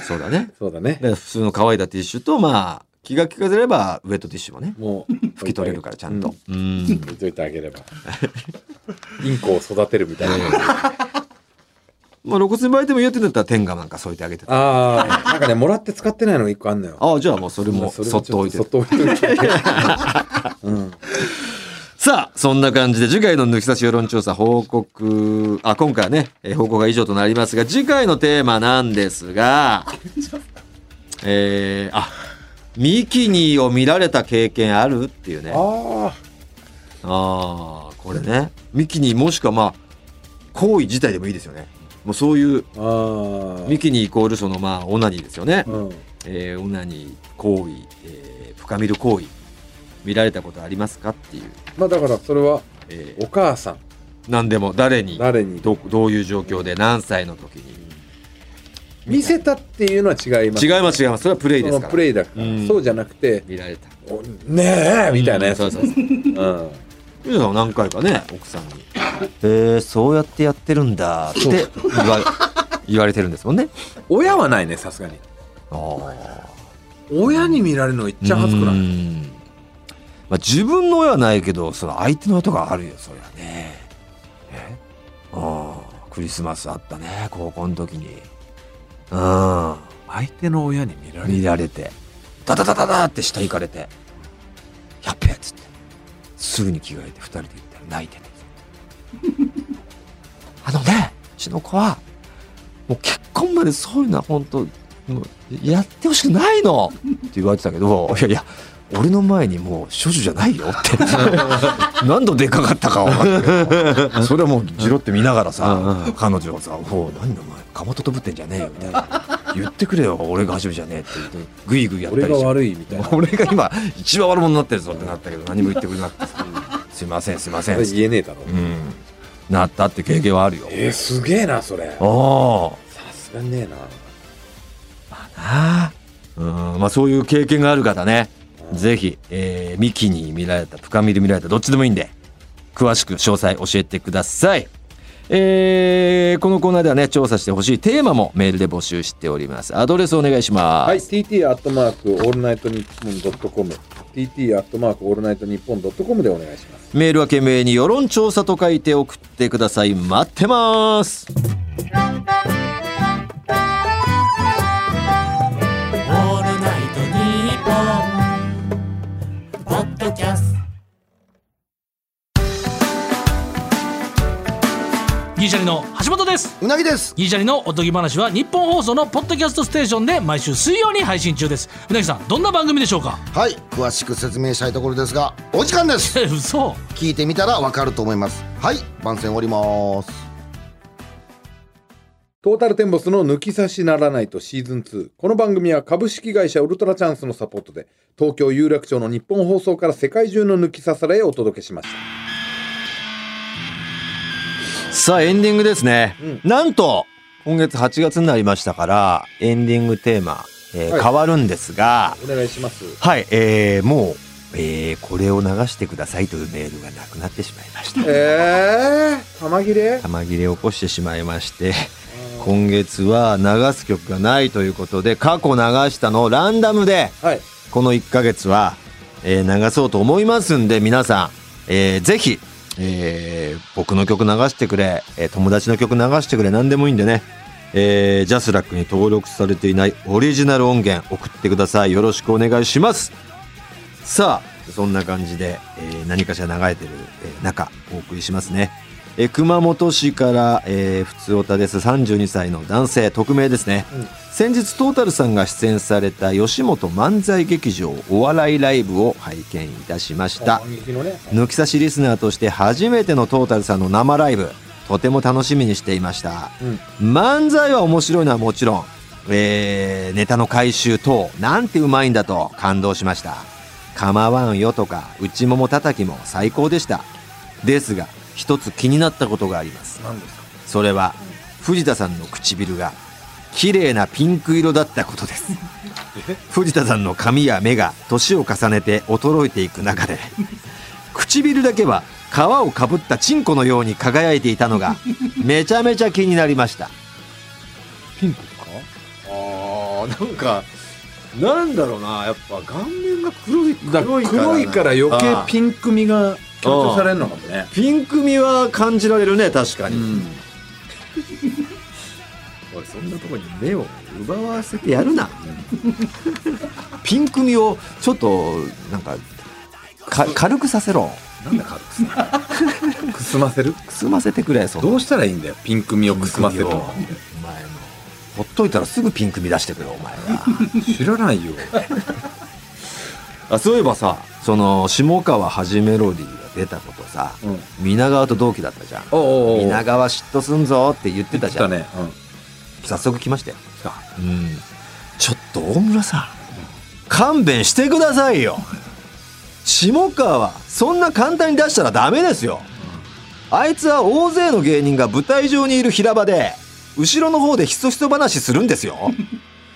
[SPEAKER 1] そうだね。
[SPEAKER 3] そうだね
[SPEAKER 1] で普通の乾いたティッシュと、まあ、気が利かせれば、ウェットティッシュもね、
[SPEAKER 3] もう
[SPEAKER 1] 拭き取れるから、ちゃんと。うん。
[SPEAKER 3] 置いといてあげればインコを育てるみたいな
[SPEAKER 1] まあ、露骨に巻いてもいいよってんだったら、天下なんか添えてあげて。あ
[SPEAKER 3] あ [laughs] あなんかねもらって使ってないのが一個あんのよ
[SPEAKER 1] あ、じゃあもうそれ
[SPEAKER 3] ま
[SPEAKER 1] も、
[SPEAKER 3] あそれ
[SPEAKER 1] そ
[SPEAKER 3] も
[SPEAKER 1] っ
[SPEAKER 3] ち
[SPEAKER 1] と
[SPEAKER 3] ょ
[SPEAKER 1] 置
[SPEAKER 3] っ
[SPEAKER 1] いて
[SPEAKER 3] とそっ。と置いといて [laughs] うん
[SPEAKER 1] さあ、そんな感じで次回の抜き差し世論調査報告、あ、今回はね、えー報告が以上となりますが、次回のテーマなんですが、えー、あ、ミキニーを見られた経験あるっていうね。あ
[SPEAKER 3] あ
[SPEAKER 1] あー、これね。ミキニーもしくはまあ、行為自体でもいいですよね。もうそういう、
[SPEAKER 3] ああ
[SPEAKER 1] ミキニーイコールそのまあ、オナニーですよね。
[SPEAKER 3] うん
[SPEAKER 1] えー、オナニー行為、えー、深みる行為、見られたことありますかっていう。
[SPEAKER 3] まあだからそれは
[SPEAKER 1] えー
[SPEAKER 3] お母さん
[SPEAKER 1] 何でも誰に
[SPEAKER 3] 誰に
[SPEAKER 1] どどういう状況で何歳の時に
[SPEAKER 3] 見せたっていうのは違います
[SPEAKER 1] 違います違いますそれはプレイです
[SPEAKER 3] そ
[SPEAKER 1] か
[SPEAKER 3] の
[SPEAKER 1] ら
[SPEAKER 3] プレイだから、
[SPEAKER 1] うん
[SPEAKER 3] そうじゃなくて
[SPEAKER 1] 見られた
[SPEAKER 3] 「おねえ!」みたいなやつ、
[SPEAKER 1] うんそうそうそう
[SPEAKER 3] うん
[SPEAKER 1] ゆうさんは何回かね奥さんに「えー、そうやってやってるんだ」って言 [laughs] わ言われてるんですもんね
[SPEAKER 3] 親はないねさすがに
[SPEAKER 1] ああ
[SPEAKER 3] 親に見られるのがいっちゃ恥ずくない
[SPEAKER 1] まあ、自分の親はないけどその相手の親とかあるよそりゃねえああクリスマスあったね高校の時にうん
[SPEAKER 3] 相手の親に見ら
[SPEAKER 1] 見られてダダダダダって下行かれて「やっべえ」っつってすぐに着替えて2人で行ったら泣いてねあのねうちの子はもう結婚までそういうのは本当もうやってほしくないのって言われてたけどいやいや俺の前にもう処女じゃないよって [laughs] 何度でかかったかは分かんないけどそれはもうじろって見ながらさ彼女はさ「おう何だお前かまととぶってんじゃねえよ」みたいな「言ってくれよ俺が初めじゃねえ」って言ってグイグイやったり
[SPEAKER 3] 俺
[SPEAKER 1] して
[SPEAKER 3] が悪いみたいな
[SPEAKER 1] 俺が今一番悪者になってるぞってなったけど何も言ってくれなくてさ「すいませんすいません」
[SPEAKER 3] 言えねえだろ、
[SPEAKER 1] うんなったって経験はあるよ
[SPEAKER 3] えー、すげえなそれ
[SPEAKER 1] ああ
[SPEAKER 3] さすがにねえな
[SPEAKER 1] ああうんまあそういう経験がある方ねぜひ、えー、ミキに見られた深みで見られたどっちでもいいんで詳しく詳細教えてくださいえーこのコーナーではね調査してほしいテーマもメールで募集しておりますアドレスお願いします、
[SPEAKER 3] はい TT アットマークオールナイトニッポンドットコム TT アットマークオールナイトニッポンドットコムでお願いします
[SPEAKER 1] メールは懸命に世論調査と書いて送ってください待ってます
[SPEAKER 4] オールナイトニッポン」ポッドキャストギリシャリの橋本です
[SPEAKER 5] うなぎです
[SPEAKER 4] ギリシャリのおとぎ話は日本放送のポッドキャストステーションで毎週水曜に配信中ですうなぎさんどんな番組でしょ
[SPEAKER 5] [laughs]
[SPEAKER 4] うか
[SPEAKER 5] はい詳しく説明したいところですがお時間です
[SPEAKER 4] え嘘
[SPEAKER 5] 聞いてみたらわかると思いますはい番宣終わります
[SPEAKER 2] トータルテンボスの抜き差しならないとシーズン2。この番組は株式会社ウルトラチャンスのサポートで、東京有楽町の日本放送から世界中の抜き差されへお届けしました。
[SPEAKER 1] さあエンディングですね、
[SPEAKER 2] うん
[SPEAKER 1] なんと今月8月になりましたからエンディングテーマ、えー
[SPEAKER 2] はい
[SPEAKER 1] 変わるんですが
[SPEAKER 2] お願いします。
[SPEAKER 1] はい、えー、もう、えー、これを流してくださいというメールがなくなってしまいました
[SPEAKER 2] えー、玉切れ
[SPEAKER 1] 玉切れを起こしてしまいまして今月は流す曲がないということで過去流したのをランダムで
[SPEAKER 2] はい。
[SPEAKER 1] この1ヶ月は、えー流そうと思いますんで皆さん、えーぜひ、えー僕の曲流してくれ、えー友達の曲流してくれ何でもいいんでね、えージャスラックに登録されていないオリジナル音源送ってくださいよろしくお願いしますさあそんな感じで、えー何かしら流れてる、えー中お送りしますね、えー熊本市から、えー、普通おたです32歳の男性匿名ですね、
[SPEAKER 2] うん
[SPEAKER 1] 先日トータルさんが出演された吉本漫才劇場お笑いライブを拝見いたしました
[SPEAKER 2] あ右のね。
[SPEAKER 1] 抜き差しリスナーとして初めてのトータルさんの生ライブとても楽しみにしていました
[SPEAKER 2] うん。
[SPEAKER 1] 漫才は面白いのはもちろん、えーネタの回収等なんてうまいんだと感動しました「構わんよ」とか「内もも叩き」も最高でしたですが一つ気になったことがありますそれは藤田さんの唇が綺麗なピンク色だったことです藤田さんの髪や目が年を重ねて衰えていく中で唇だけは皮をかぶったチンコのように輝いていたのがめちゃめちゃ気になりました
[SPEAKER 6] ピンクですかああなんかなんだろうなやっぱ顔面が黒い
[SPEAKER 3] だ
[SPEAKER 6] 黒
[SPEAKER 3] 黒
[SPEAKER 6] い
[SPEAKER 3] い
[SPEAKER 6] から
[SPEAKER 3] から余計ピンク味が
[SPEAKER 2] 強調されるのかもね。
[SPEAKER 1] ピンク味は感じられるね確かに、
[SPEAKER 6] おいそんなとこに目を奪わせて
[SPEAKER 1] やるな [laughs] ピンク味をちょっとなんかか軽くさせろ
[SPEAKER 6] なんだか
[SPEAKER 3] くすませる
[SPEAKER 1] くすませてくれそんな
[SPEAKER 3] どうしたらいいんだよピンク味をくすませる
[SPEAKER 1] お前
[SPEAKER 3] の
[SPEAKER 1] のほっといたらすぐピンク見出してくるお前は
[SPEAKER 3] 知らないよ
[SPEAKER 1] あそういえばさその下川はじメロディーが出たことさ、皆川と同期だったじゃん
[SPEAKER 3] おおお
[SPEAKER 1] 皆川嫉妬すんぞって言ってたじゃん、
[SPEAKER 3] ね
[SPEAKER 1] 早速来ましたよ
[SPEAKER 3] 来た
[SPEAKER 1] うんちょっと大村さん勘弁してくださいよ下川はそんな簡単に出したらダメですよあいつは大勢の芸人が舞台上にいる平場で後ろの方でひそひそ話するんですよ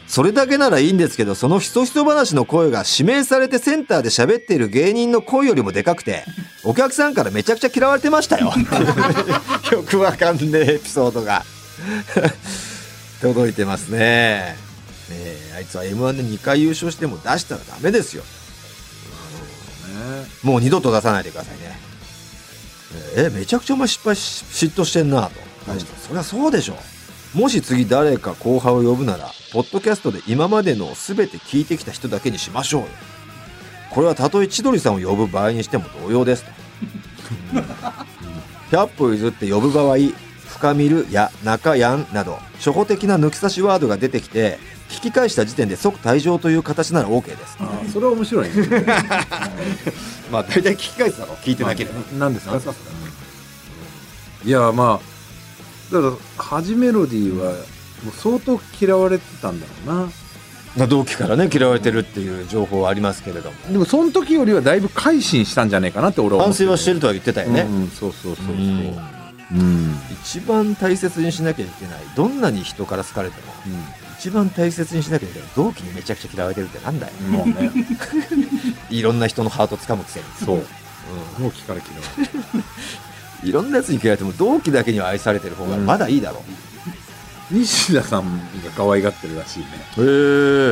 [SPEAKER 1] [laughs] それだけならいいんですけどそのひそひそ話の声が指名されてセンターで喋っている芸人の声よりもでかくてお客さんからめちゃくちゃ嫌われてましたよ [laughs] よくわかんねえエピソードが届いてますねねえあいつは m 1で2回優勝しても出したらダメですよもう二度と出さないでくださいねえめちゃくちゃお前失敗し嫉妬してんなと対して、そりゃそうでしょもし次誰か後輩を呼ぶならポッドキャストで今までのを全て聞いてきた人だけにしましょうよこれはたとえ千鳥さんを呼ぶ場合にしても同様ですと100歩譲って呼ぶ場合深みるや中やんなど初歩的な抜き差しワードが出てきて聞き返した時点で即退場という形なら OK です
[SPEAKER 2] あーそれは面白いね。
[SPEAKER 1] まあ大体聞き返すだろ聞いてなければ
[SPEAKER 3] 何ですかいやまあだからハジメロディーはもう相当嫌われてたんだろうな
[SPEAKER 1] まあ同期からね嫌われてるっていう情報はありますけれども
[SPEAKER 3] でもその時よりはだいぶ改心したんじゃねえかなって俺は
[SPEAKER 1] 反
[SPEAKER 3] 思って
[SPEAKER 1] 省
[SPEAKER 3] る
[SPEAKER 1] はしてるとは言ってたよね、
[SPEAKER 3] うんうんそうそうそうそう
[SPEAKER 1] う
[SPEAKER 3] うんん、うん
[SPEAKER 1] 一番大切にしなきゃいけないどんなに人から好かれても一番大切にしなきゃいけない同期にめちゃくちゃ嫌われてるってなんだよ
[SPEAKER 3] もうね
[SPEAKER 1] いろんな人のハート掴むくせに、
[SPEAKER 3] そう同期から嫌われて
[SPEAKER 1] いろんなやつに嫌われても同期だけには愛されてる方がまだいいだろ
[SPEAKER 3] 西田さんが可愛がってるらしいね
[SPEAKER 1] う、へ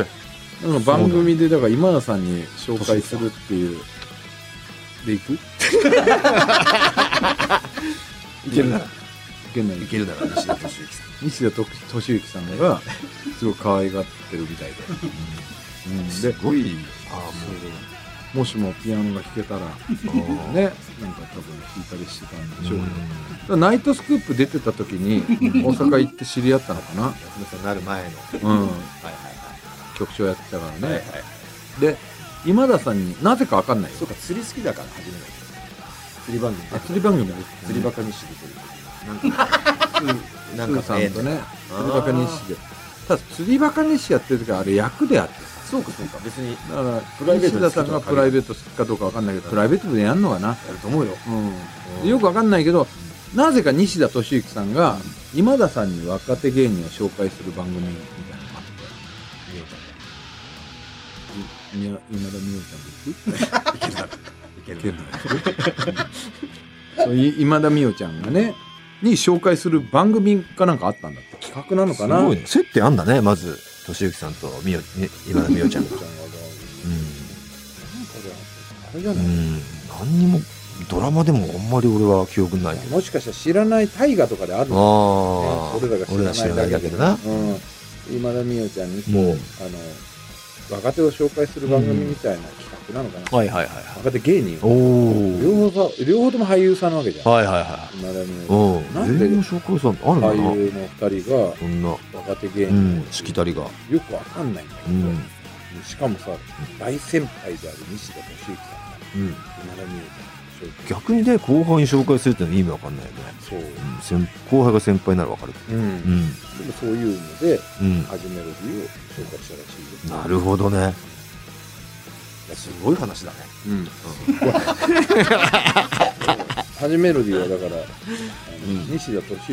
[SPEAKER 1] え
[SPEAKER 3] なんか番組でだから今田さんに紹介するっていうでいくいけるならいけない
[SPEAKER 1] いけるだろ西田敏行さ
[SPEAKER 3] 西田と敏行さんがすごい可愛がってるみたいで、うん、
[SPEAKER 1] ん
[SPEAKER 3] です
[SPEAKER 1] ごいあ
[SPEAKER 3] もしもピアノが弾けたらね
[SPEAKER 1] あもう
[SPEAKER 3] なんか多分弾いたりしてたんでしょうけどだか
[SPEAKER 1] う
[SPEAKER 3] らナイトスクープ出てた時に大阪行って知り合ったのかな、 [laughs]
[SPEAKER 1] んさんなる前のはい
[SPEAKER 3] うん、
[SPEAKER 1] はい
[SPEAKER 3] 局長やってたから
[SPEAKER 1] は
[SPEAKER 3] ね、
[SPEAKER 1] いはいはい
[SPEAKER 3] で今田さんになぜか分かんないよ
[SPEAKER 1] そうか釣り好きだから初めて釣り番組
[SPEAKER 3] あ釣り番組も出てたね
[SPEAKER 1] 釣りバカにしてるというなん
[SPEAKER 3] さ
[SPEAKER 1] か
[SPEAKER 3] ん
[SPEAKER 1] ね
[SPEAKER 3] とね釣りバカ日誌でただ釣りバカ日誌やってる時はあれ役であってさ
[SPEAKER 6] そうかそうか別に
[SPEAKER 3] だから
[SPEAKER 6] プライベート
[SPEAKER 3] 西田さんがプライベートかどうかわかんないけどプライベートでやんのかな
[SPEAKER 6] やると思うよ
[SPEAKER 3] うん、よくわかんないけどなぜか西田敏行さんが今田さんに若手芸人を紹介する番組みたいなのがあっていいや今田美桜ちゃんで行くいけるそうい今田美桜ちゃんがねに紹介する番組かなんかあったんだって企画なのか
[SPEAKER 1] す
[SPEAKER 3] な
[SPEAKER 1] ごいね接点あんだねまず俊之さんとみよみ今田美桜ちゃ
[SPEAKER 3] [laughs]
[SPEAKER 1] んが
[SPEAKER 2] あれじゃ
[SPEAKER 1] う
[SPEAKER 2] ない、
[SPEAKER 1] ん、うん、何にもドラマでもあんまり俺は記憶ないけど
[SPEAKER 2] もしかしたら知らない大河とかであるの
[SPEAKER 1] ああ
[SPEAKER 2] ね俺らが知らないだけで
[SPEAKER 1] な
[SPEAKER 2] うん、今田美桜ちゃんにこう、
[SPEAKER 1] うん
[SPEAKER 2] あの若手を紹介する番組みたいな企画なのかな、
[SPEAKER 1] はいはいはいはい
[SPEAKER 2] 若手芸人
[SPEAKER 1] おお
[SPEAKER 2] 両方さ両方とも俳優さんなわけじゃん、
[SPEAKER 1] はいはいは
[SPEAKER 2] 今田美
[SPEAKER 1] い
[SPEAKER 2] 桜
[SPEAKER 1] うん
[SPEAKER 2] なんで
[SPEAKER 1] 全員紹介さんってあるんだ
[SPEAKER 2] 俳
[SPEAKER 1] な
[SPEAKER 2] 優の二人が
[SPEAKER 1] そんな
[SPEAKER 2] 若手芸
[SPEAKER 1] う
[SPEAKER 2] 人、
[SPEAKER 1] んしきたりが
[SPEAKER 2] よくわかんないんだけ
[SPEAKER 1] う
[SPEAKER 2] ど、
[SPEAKER 1] ん
[SPEAKER 2] しかもさ大先輩である西田敏行さんが
[SPEAKER 1] うん
[SPEAKER 2] 今田美桜ちゃんの紹介
[SPEAKER 1] 逆にね後輩に紹介するっての意味わかんないよね
[SPEAKER 2] そう、
[SPEAKER 1] うん先後輩が先輩ならわかるけど
[SPEAKER 2] うん
[SPEAKER 1] う
[SPEAKER 2] で
[SPEAKER 1] ん
[SPEAKER 2] もそういうので
[SPEAKER 1] うん
[SPEAKER 2] 始める理由を紹介したらしいです
[SPEAKER 1] なるほどね
[SPEAKER 6] すごい話だね
[SPEAKER 3] うん
[SPEAKER 2] 初める理由はだから、あの西田敏行さんに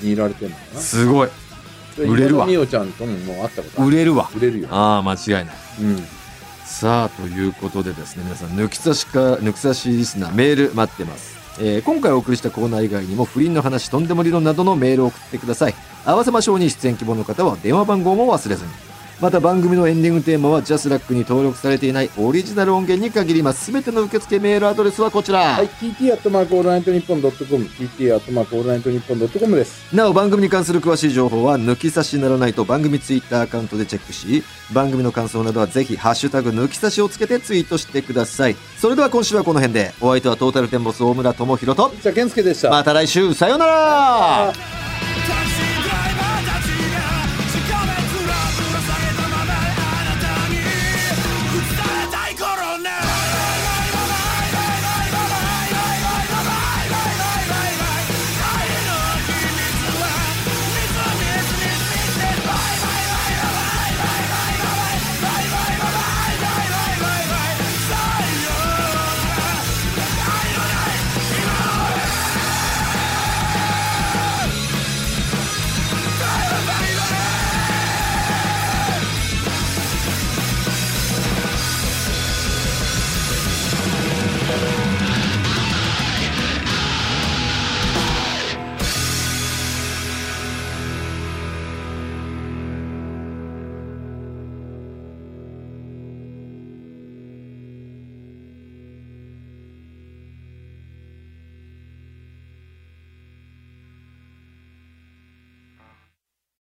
[SPEAKER 2] 気に入られてるのかな、
[SPEAKER 1] すごい
[SPEAKER 2] で
[SPEAKER 1] 売れるわ
[SPEAKER 2] 今田美桜ちゃんとももう会ったことある
[SPEAKER 1] 売れるわ
[SPEAKER 2] 売れるよ、
[SPEAKER 1] ああ間違いない
[SPEAKER 2] うん、
[SPEAKER 1] さあということでですね皆さん抜き差しか抜き差しリスナーメール待ってます、えー今回お送りしたコーナー以外にも不倫の話とんでも理論などのメールを送ってください合わせましょうに出演希望の方は電話番号も忘れずにまた番組のエンディングテーマはジャスラックに登録されていないオリジナル音源に限ります全ての受付メールアドレスはこちら、
[SPEAKER 2] はい TT アットマークオールナイトニッポンドットコム TT アットマークオールナイトニッポンドットコムです
[SPEAKER 1] なお番組に関する詳しい情報は抜き差しならないと番組ツイッターアカウントでチェックし番組の感想などはぜひ「ハッシュタグ抜き差し」をつけてツイートしてくださいそれでは今週はこの辺でお相手はトータルテンボス大村智広と
[SPEAKER 2] じゃあ健介でした
[SPEAKER 1] また来週さようなら